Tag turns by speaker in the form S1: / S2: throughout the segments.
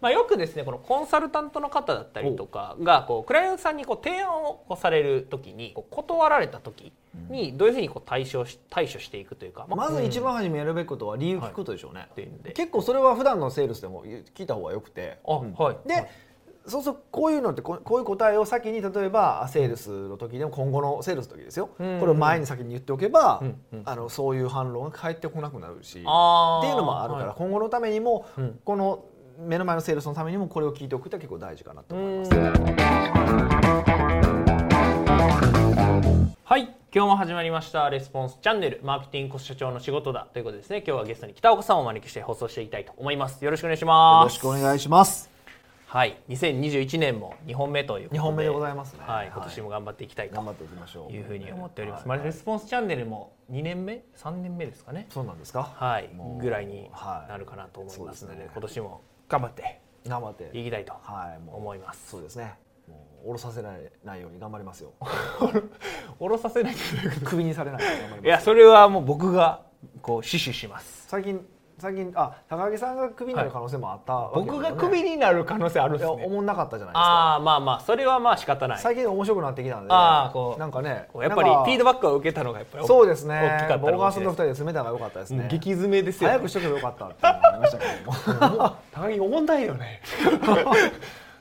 S1: まあ、よくですねこのコンサルタントの方だったりとかがこうクライアントさんにこう提案をこうされる時にこう断られた時にどういうふうにこう対処し対処していくというか、
S2: まず一
S1: 番
S2: 番初めやるべきことは理由聞くことでしょうね、
S1: っていうんで
S2: 結構それは普段のセールスでも聞いた方がよくて
S1: あ、はい
S2: で、そうそうこういうのってこうこういう答えを先に例えばセールスの時でも今後のセールスの時ですよ、
S1: うん
S2: これを前に先に言っておけば、
S1: うんうん
S2: あのそういう反論が返ってこなくなるし、
S1: あー
S2: っていうのもあるから、
S1: はい
S2: 今後のためにも、
S1: うん
S2: この目の前のセールスのためにもこれを聞いておくって結構大事かなと
S1: う
S2: 思います。
S1: んはい今日も始まりました「レスポンスチャンネルマーケティングこそ社長の仕事だ」ということでですね今日はゲストに北岡さんをお招きして放送していきたいと思いますよろしくお願いし
S2: よ
S1: ま
S2: ろ
S1: す
S2: しくお願いします。
S1: はい2021年も2本目ということで
S2: 二本目でございますね
S1: はい
S2: はい
S1: 今年も頑張っていきたいと
S2: 頑張っていきましょう。
S1: いうふうに思っております、
S2: はい
S1: まあレスポンスチャンネルも2年目3年目ですかね
S2: そうなんですか。
S1: はい
S2: もう
S1: ぐらいに
S2: はい
S1: なるかなと思いますので,、
S2: そうですね
S1: 今年も頑張って
S2: 頑張って
S1: いきたいと
S2: はい、もう
S1: 思います
S2: そうですね。もう下ろさせないないように頑張ります よ。
S1: 下ろさせないという
S2: 首にされないように頑張ります
S1: いやそれはもう僕がこう死守します
S2: 最近最近あ高木さんがクビになる可能性もあったわけだ
S1: 僕
S2: よね、
S1: がクビになる可能性あるん
S2: い
S1: で
S2: や
S1: す
S2: お
S1: ね
S2: もんなかったじゃないですか。
S1: ああまあまあそれはまあ仕方ない
S2: 最近面白くなってきたんで、
S1: あーこう
S2: なんかね
S1: こ、うやっぱりフィード
S2: バ
S1: バックを受けたのがやっぱり大き
S2: そうですね。
S1: 大きかったの
S2: ボー
S1: か
S2: ガ
S1: も
S2: ー
S1: し
S2: さん
S1: れな
S2: と二
S1: い
S2: 人で詰めたのが良かったです
S1: も
S2: ね
S1: う。激詰めですよ、
S2: 早くしとけばよかったっていうのがありましたけ ども。
S1: 高木おもんないよ ね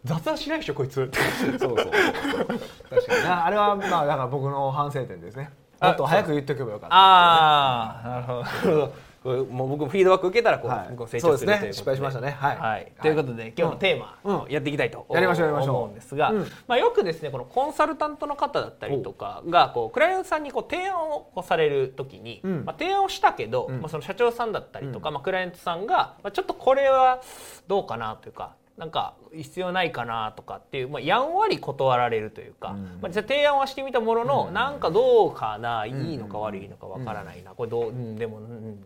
S1: 雑談しないでしょこいつ
S2: そうそう。確かになあれはまあだから僕の反省点ですね。
S1: あ
S2: もっと早く言っておけばよかった。
S1: ああなるほどな るほどこれもう僕もフィードバック受けたらこう、
S2: はい
S1: 僕も成長するということ
S2: そうですね失敗しましたねはい
S1: ということで今日のテーマ、
S2: うん
S1: やっていきたいと
S2: やりましょうやりましょう
S1: 思うんですが、
S2: うん
S1: まあ、よくですねこのコンサルタントの方だったりとかがこうクライアントさんにこう提案をこうされる時に、
S2: うん
S1: まあ、提案をしたけど、
S2: ん
S1: まあ、その社長さんだったりとか、まあ、クライアントさんが、まあ、ちょっとこれはどうかなというか。なんか必要ないかなとかっていう、まあ、やんわり断られるというか、
S2: うん
S1: まあ、実際提案はしてみたものの、なんかどうかないいのか悪いのかわからないな、これどう、うん、でも、うん、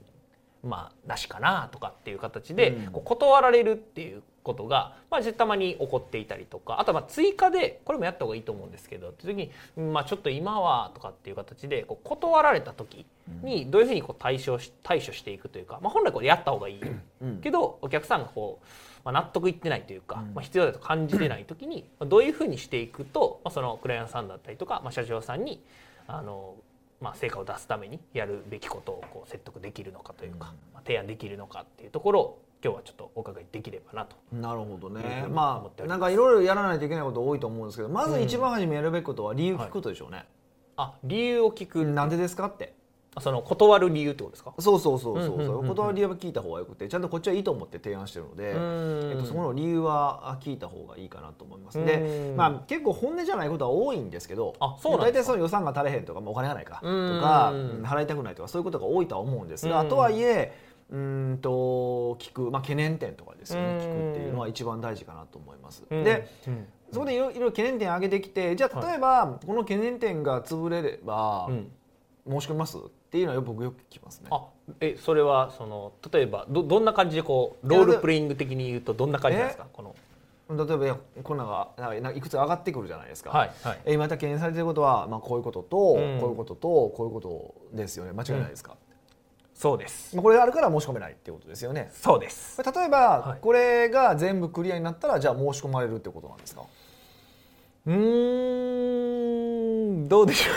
S1: まあなしかなとかっていう形で、
S2: うん
S1: こう断られるっていうことが、まあ、実はたまに起こっていたりとかあとはまあ追加でこれもやった方がいいと思うんですけどっていう時に、うんまあ、ちょっと今はとかっていう形でこう断られた時にどういうふうにこう対処し対処していくというか、まあ、本来これやった方がいい、
S2: うん
S1: けどお客さんがこう、まあ、納得いってないというか、まあ、必要だと感じてない時に、まあどういうふうにしていくと、まあ、そのクライアントさんだったりとか、まあ、社長さんにあの、まあ、成果を出すためにやるべきことをこう説得できるのかというか、まあ、提案できるのかっていうところを今日はちょっとお伺いできればなと。
S2: なるほど
S1: いうふう。
S2: ね
S1: に思
S2: ま
S1: っており
S2: あ
S1: ます
S2: なんかいろいろやらないといけないこと多いと思うんですけど、まず一番初めやるべきことは理由聞くことでしょうね。
S1: あ理由を聞く、
S2: なんでですかって。
S1: その断る理由ってことですか
S2: そうそうそうそう
S1: うんうん
S2: そ
S1: うんう
S2: うん断りは聞いた方がよくてちゃんとこっちはいいと思って提案してるので、
S1: ん
S2: えっと、そこの理由はあ聞いた方がいいかなと思いますで
S1: う、ん
S2: まあ、結構本音じゃないことは多いんですけど
S1: あそうなんですか
S2: 大体その予算が足れへんとか、まあ、お金がないかとか
S1: うん
S2: うん払いたくないとかそういうことが多いとは思うんですが
S1: うん
S2: とはいえうーんと聞く、まあ、懸念点とかですよね
S1: うん
S2: 聞くっていうのは一番大事かなと思います。
S1: うん
S2: で
S1: うん
S2: そこでいろいろ懸念点上げてきてじゃあ例えばこの懸念点が潰れれば
S1: うん
S2: 申し込みますっていうのはよく僕よく聞きますね。
S1: あえそれはその例えばどどんな感じでこうロールプレイング的に言うとどんな感じなんですかこの
S2: 例えばいやこんなのがなんかなんかいくつか上がってくるじゃないですか、
S1: はいはい
S2: え今だけ懸念されてることは、まあ、こういうことと、
S1: うん
S2: こういうこととこういうことですよね間違いないですか、
S1: そうです
S2: まあこれがあるから申し込めないっていうことですよね
S1: そうです
S2: これ例えば、
S1: はい
S2: これが全部クリアになったらじゃあ申し込まれるってことなんですか
S1: うーんどうで しょう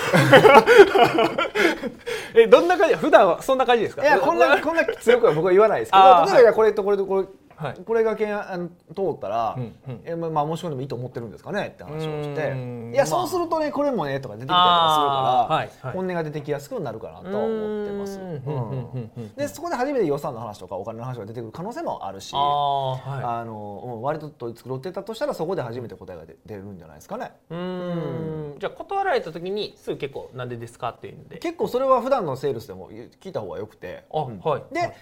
S1: えどんな感じ普段はそんな感じですか
S2: いやこんなこんな強くは僕は言わないですけど
S1: あー
S2: 例えばいやこれとこれとこれ、
S1: はい
S2: これがけんあの通ったら、
S1: うんうん
S2: えまあまあ、申し込んでもいいと思ってるんですかねって話をし
S1: う
S2: て
S1: ん
S2: いやそうするとねこれもねとか出てきたりとかするから、
S1: あーはいはい
S2: 本音が出てきやすくなるかなとは思ってます。
S1: う
S2: うんんでそこで初めて予算の話とかお金の話が出てくる可能性もあるし
S1: ああは
S2: あのうん割と取り繕ってたとしたらそこで初めて答えが出出るんじゃないですかね。
S1: いうーんじゃあ断られた時にすぐ結構なんでですかっていうんで
S2: 結構それは普段のセールスでも聞いた方がよくて、
S1: あ
S2: うん
S1: はい
S2: で、
S1: はい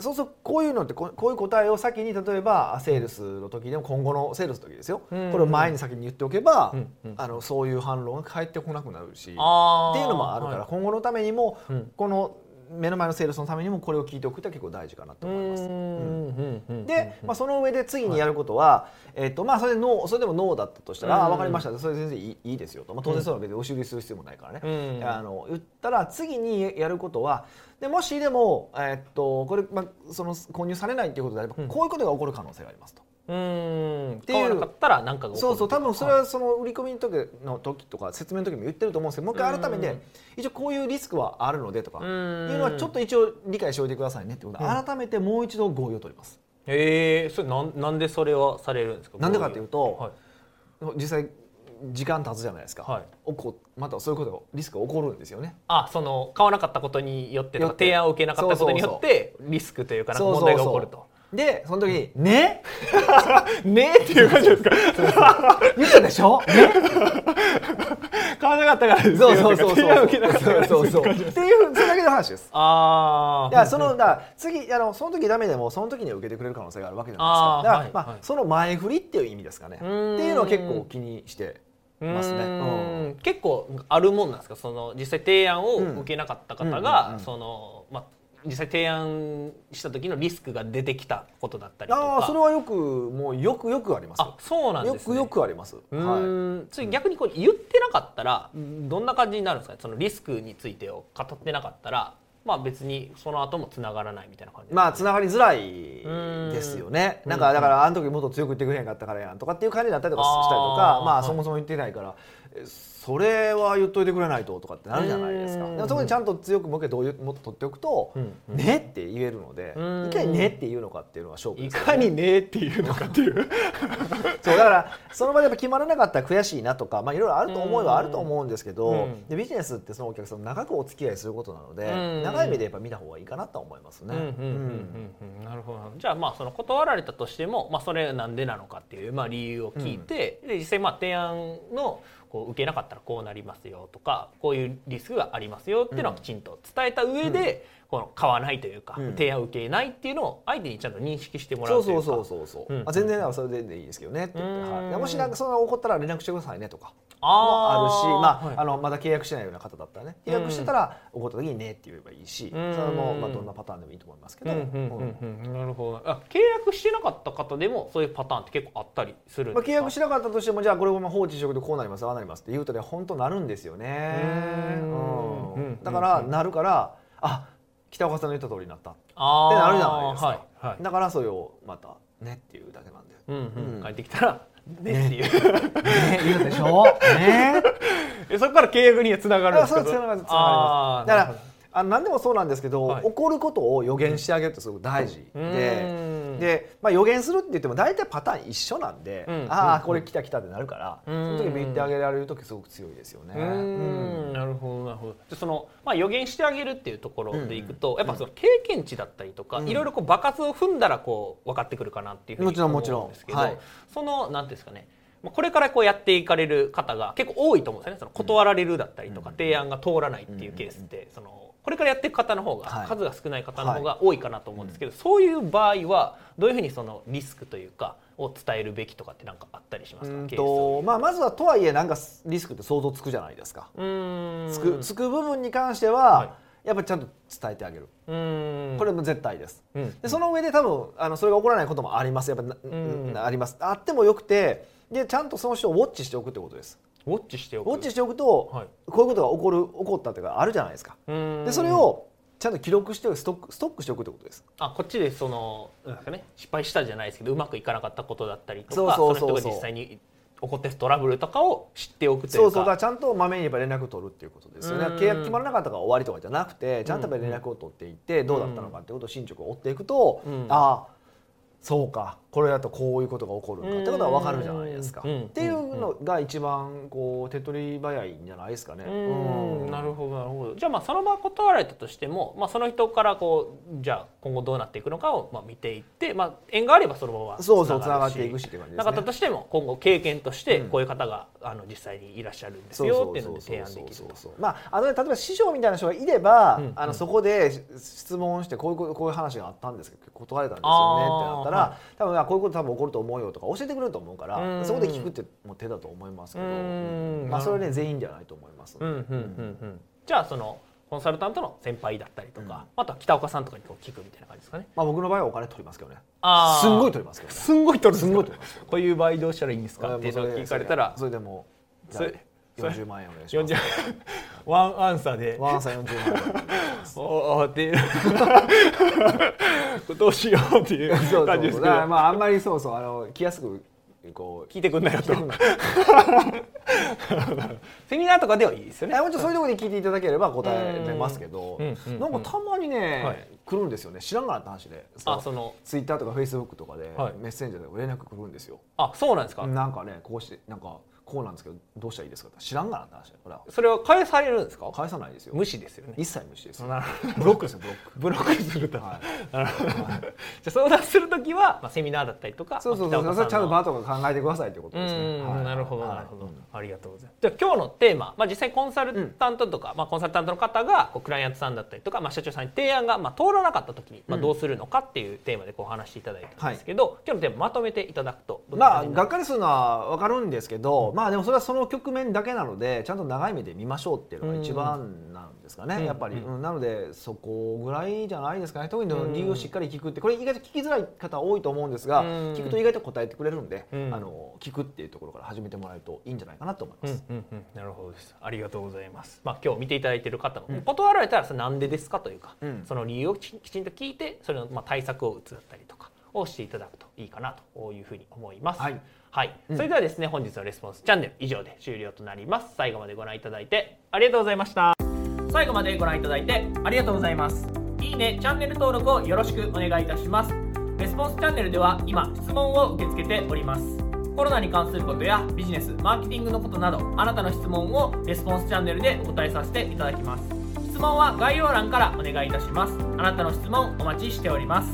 S2: そうそうこういうのってこうこういう答えを先に例えばセールスの時でも今後のセールスの時ですよ、
S1: うん
S2: これを前に先に言っておけば、
S1: うんうん
S2: あのそういう反論が返ってこなくなるし、
S1: あー
S2: っていうのもあるから、
S1: はい
S2: 今後のためにも、
S1: うん
S2: この目の前のセールスのためにもこれを聞いておくって結構大事かなと
S1: うー
S2: 思います。
S1: んうんうん
S2: で、まあ、その上で次にやることは、えっとまあ、それでノーそれでもノーだったとしたら「
S1: うん
S2: ああ分かりましたそれ全然いいいいですよ」と、まあ、当然そうなわけで押し売りする必要もないからね、
S1: うん
S2: あの言ったら次にやることはでもしでも、えっとこれ、まあ、その購入されないということであれば、こういうことが起こる可能性がありますと。
S1: うーん
S2: て
S1: 買
S2: いう
S1: わなかったら何かが起こ
S2: そ
S1: る
S2: うそう多分それはその売り込みの時の時とか説明の時も言ってると思うんですけどもう一回改め
S1: う
S2: て
S1: ん
S2: 一応こういうリスクはあるのでとか
S1: う
S2: い
S1: ーん
S2: うのはちょっと一応理解しておいてくださいねってことで
S1: うん
S2: 改めてもう一度合意を取ります
S1: ええそれなんなんでそれはされるんですか
S2: なんでかっていうと
S1: はい
S2: 実際時間経つじゃないですか、
S1: はい
S2: 起こまたはそういうことがリスクが起こるんですよね
S1: あその買わなかったことによってとか
S2: よって
S1: 提案を受けなかったことによってリスクというかなんか問題が起こると
S2: でその時に「ね
S1: ねえっていう感じですか
S2: 言ったでしょね
S1: 買わなかったからで」す
S2: そ
S1: よ
S2: うそうそうそう
S1: 提案を受けなかったから
S2: そう
S1: ですよ
S2: そうそうっていうそれだけの話です
S1: あ
S2: だから
S1: あ
S2: そのだから次あのその時ダメでもその時には受けてくれる可能性があるわけじゃないですか
S1: あー
S2: だから、
S1: はい
S2: まあ
S1: はい
S2: その前振りっていう意味ですかねって
S1: ーん
S2: いうのは結構気にしてますねうん
S1: 結構あるもんなんですかその実際提案を
S2: うん
S1: 受けなかった方
S2: うんうんうん
S1: がそのまあ実際提案した時のリスクが出てきたことだったりとか
S2: ああそれはよくもうよくよくあります
S1: あ
S2: よ
S1: そうなん
S2: よ
S1: です
S2: く
S1: ね
S2: よくあります、
S1: う
S2: は
S1: ーんそれ逆にこう言ってなかったらどんな感じになるんですかねそのリスクについてを語ってなかったらまあ別にその後もつながらないみたいな感じ
S2: い、まあつながりづらいですよねなんかだからあの時もっと強く言ってくれへんかったからやんとかっていう感じになったりとかしたりとか
S1: あー
S2: ま
S1: は
S2: あ
S1: い
S2: そもそも言ってないからえそれは言っといてくれないととかってなるじゃないですか
S1: うん
S2: でもそこにちゃんと強くもう一回どういうもっと取っておくと、
S1: うん
S2: ねって言えるので
S1: うん
S2: いかにねって言うのかっていうのが勝負
S1: い
S2: ですよね
S1: かにねっていうのかっていう
S2: そうだからその場でやっぱ決まらなかったら悔しいなとか、まあ、いろいろあると思えばあると思うんですけど、
S1: うん
S2: でビジネスってそのお客さんと長くお付き合いすることなので、
S1: うん
S2: 長い目でやっぱ見た方がいいかなと思います
S1: う
S2: ね。
S1: んうんうんうんうんなるほどじゃあまあその断られたとしてもまあそれなんでなのかっていうまあ理由を聞いてで実際まあ提案のこう受けなかったらこうなりますよとかこういうリスクがありますよっていうのをきちんと伝えた上でこの買わないというか
S2: うん
S1: 提案を受けないっていうのを相手にちゃんと認識してもら
S2: そう
S1: うとい
S2: そうう
S1: か
S2: そうそうそう、
S1: うん
S2: あ全然なんかそれでいいですけどねって言って、
S1: うん
S2: はいもしなんかそんな怒ったら連絡してくださいねとかもあるし
S1: あー
S2: まあ
S1: はい
S2: あのまだ契約してないような方だったらね契約してたら怒った時にねって言えばいいし、
S1: うん
S2: それもまあどんなパターンでもいいと思いますけ
S1: う
S2: ど、
S1: んうんうんうんなるほどあ契約してなかった方でもそういうパターンって結構あったりするん
S2: ま
S1: で
S2: あ、
S1: す
S2: 契
S1: か、
S2: 約しなかったとしてもじゃあこれをまあ放置しておくとこうなりますああなりますって言うとね本当なるんですよね
S1: うーん
S2: うん
S1: うん
S2: だからなるからあ北岡さんの言った通りになった
S1: あー
S2: ってなるじゃないですか
S1: はいはい
S2: だからそれをまたねっていうだけなんで
S1: うん
S2: う
S1: うんん、帰ってきたら「ね」っていう、
S2: ね言うでしょね
S1: えそこから契約にはつなが
S2: だ
S1: る
S2: か
S1: ん
S2: ら
S1: ですけ
S2: そう
S1: ど
S2: つながりつな
S1: あ
S2: がります
S1: ー
S2: だ
S1: な
S2: か
S1: る
S2: らあ何でもそうなんですけど、
S1: はい
S2: 怒ることを予言してあげるってすごく大事
S1: ほど
S2: で、
S1: うん
S2: で、まあ、予言するって言っても大体パターン一緒なんで、
S1: うん
S2: ああ
S1: うん
S2: これ来た来たってなるから、
S1: うん
S2: その時言ってあげられる時すごく強いですよね。
S1: うーんなるほどなるほどでその、まあ、予言してあげるっていうところでいくと、やっぱその経験値だったりとか、
S2: うん
S1: いろいろこう場数を踏んだらこう分かってくるかなっていうふう
S2: もち
S1: に
S2: ろん
S1: 思
S2: もちろん
S1: うんですけど、
S2: はい
S1: そのなんていうんですかねまあこれからこうやっていかれる方が結構多いと思うんですよねその断られるだったりとか、
S2: うん
S1: 提案が通らないっていうケースって、そのこれからやっていく方の方が、
S2: はい
S1: 数が少ない方の方が多いかなと思うんですけど、そういう場合はどういうふうにそのリスクというかを伝えるべきとかってなんかあったりしますか
S2: うん
S1: ケースを
S2: とまあ、まずはとはいえなんかリスクって想像つくじゃないですか、
S1: うーん
S2: つくつく部分に関しては、
S1: はい
S2: やっぱりちゃんと伝えてあげる
S1: うーん
S2: これも絶対です、
S1: うん
S2: でその上で多分あのそれが起こらないこともありますやっぱな、
S1: ん
S2: ありますあってもよくてでちゃんとその人をウォッチしておくってことです
S1: ウォッチしてお
S2: ウ
S1: く
S2: ォッチしておくと、
S1: はい
S2: こういうことが起こる起こったというかあるじゃないですかで
S1: で
S2: それをちゃんと記録しておくストックストックしておくってことです
S1: あこっちでそのなんですか、ね、失敗したじゃないですけどうまくいかなかったことだったりとか
S2: そうそうそうそう
S1: の人が実際に起こってるトラブルとかを知っておくとい
S2: そう
S1: か
S2: うそうだからちゃんとまめにやっぱ連絡を取るっていうことですよね
S1: うん
S2: 契約決まらなかったから終わりとかじゃなくてちゃんとやっぱり連絡を取っていってどうだったのかってことを進捗を追っていくと、
S1: うん
S2: ああそうかこれだとこういうことが起こるんだ
S1: うん
S2: ってことが分かるじゃないですか、
S1: うん
S2: っていうのが一番こう手っ取り早いんじゃないですかね。
S1: うーんなる
S2: ど
S1: ほどなるほどじゃあまあその場断られたとしても、まあ、その人からこうじゃあ今後どうなっていくのかをまあ見ていって、まあ、縁があればそのまま
S2: そうそうつながっていくしって感じですね
S1: なかったとしても今後経験として
S2: うん
S1: こういう方が、あの実際にいらっしゃるんです
S2: そうそ
S1: よ
S2: う
S1: っていう
S2: そ
S1: の
S2: う
S1: で
S2: そう
S1: 提案できると。
S2: そうそうまああのね例えば師匠みたいな人がいれば、
S1: うん
S2: あの
S1: うん
S2: そこでし質問してこういうことこういう話があったんですけど断れたんですよね
S1: あー
S2: ってなったら、
S1: は
S2: 多分あこういうこと多分起こると思うよとか教えてくれると思うから、
S1: うん
S2: そこで聞くってもう手だと思いますけど、
S1: うん
S2: まあそれはね全員じゃないと思います。
S1: うんうんうんうん、じゃあそのコンサルタントの先輩だったりとか、あとは北岡さんとかにこう聞くみたいな感じですかね。
S2: まあ僕の場合はお金取りますけどね。
S1: あー
S2: すんごい取りますけどね。
S1: すんごい取る
S2: すんごい取ります
S1: こういう場合どうしたらいいんですかっていうのを
S2: もうそ
S1: 聞かれたら
S2: それでも う
S1: それ
S2: 40万円お願いします
S1: 40ワンアンサーで
S2: ワンさん40万円
S1: おおっていうどうしようっていう
S2: そ う
S1: 感じで
S2: そ
S1: す
S2: う
S1: け
S2: だから
S1: ど
S2: まああんまりそうそうあの気安くこう
S1: 聞いてくんないよと
S2: 聞いてくんな
S1: セミナーとかではいいですよ
S2: い
S1: ね
S2: やもちろんそういうところで聞いていただければ答え出ますけど
S1: うんうんうんうん
S2: なんかたまにね、
S1: はい
S2: 来るんですよね知らんがなって話で
S1: あその
S2: ツイッターとかフェイスブックとかで、
S1: はい
S2: メッセンジャーで連絡来るんですよ
S1: あそうなんですか、
S2: なんかねこうしてなんかこうなんですけどどうしたらいいですかって知らんがなって話でほら
S1: それは返されるんですか
S2: 返さないですよ
S1: 無視ですよね
S2: 一切無視ですよ
S1: なるほど
S2: ブロックですよブロッ ク
S1: ブロックすると、
S2: はい
S1: なるほ どじゃあ相談するときは、まあ、セミナーだったりとか
S2: そうそう
S1: ま
S2: そ
S1: あ北岡
S2: うそれ
S1: さ
S2: はちゃんと
S1: の
S2: 場とか考えてくださいってことですね、
S1: うん
S2: はい
S1: なるほど
S2: はい
S1: なるほど、ありがとうございますじゃあ今日のテーマ、まあ、実際コンサルタントとか、まあ、コンサルタントの方がこうクライアントさんだったりとか、まあ、社長さんに提案が、まあ、通らなかった時に、まあ、どうするのかっていうテーマでこうお話していただいたんですけど、今日のテーマまとめていただくとどんな
S2: ま
S1: 感
S2: あ
S1: じにな
S2: がっ
S1: る
S2: かりするのは分かるんですけど、まあでもそれはその局面だけなのでちゃんと長い目で見ましょうっていうのが一番なんですかね、
S1: うん
S2: やっぱり、
S1: う
S2: うんなのでそこぐらいじゃないですかね特に理由をしっかり聞くってこれ意外と聞きづらい方多いと思うんですが、
S1: うん
S2: 聞くと意外と答えてくれるんで、
S1: うん
S2: あの聞くっていうところから始めてもらえるといいんじゃないかなと思います。
S1: うんうんうん、なるほどですありがとうございます、まあ、今日見ていただいている方も、断られたらそれなんでですかというか、
S2: うん
S1: その理由をききちんと聞いてそれのまあ対策を打つだったりとかをしていただくといいかなというふうに思います、
S2: はい
S1: はい
S2: うん
S1: それではですね本日のレスポンスチャンネル以上で終了となります最後までご覧いただいてありがとうございました最後までご覧いただいてありがとうございますいいねチャンネル登録をよろしくお願いいたしますレスポンスチャンネルでは今質問を受け付けておりますコロナに関することやビジネスマーケティングのことなどあなたの質問をレスポンスチャンネルでお答えさせていただきます質問は概要欄からお願いいたしますあなたの質問お待ちしております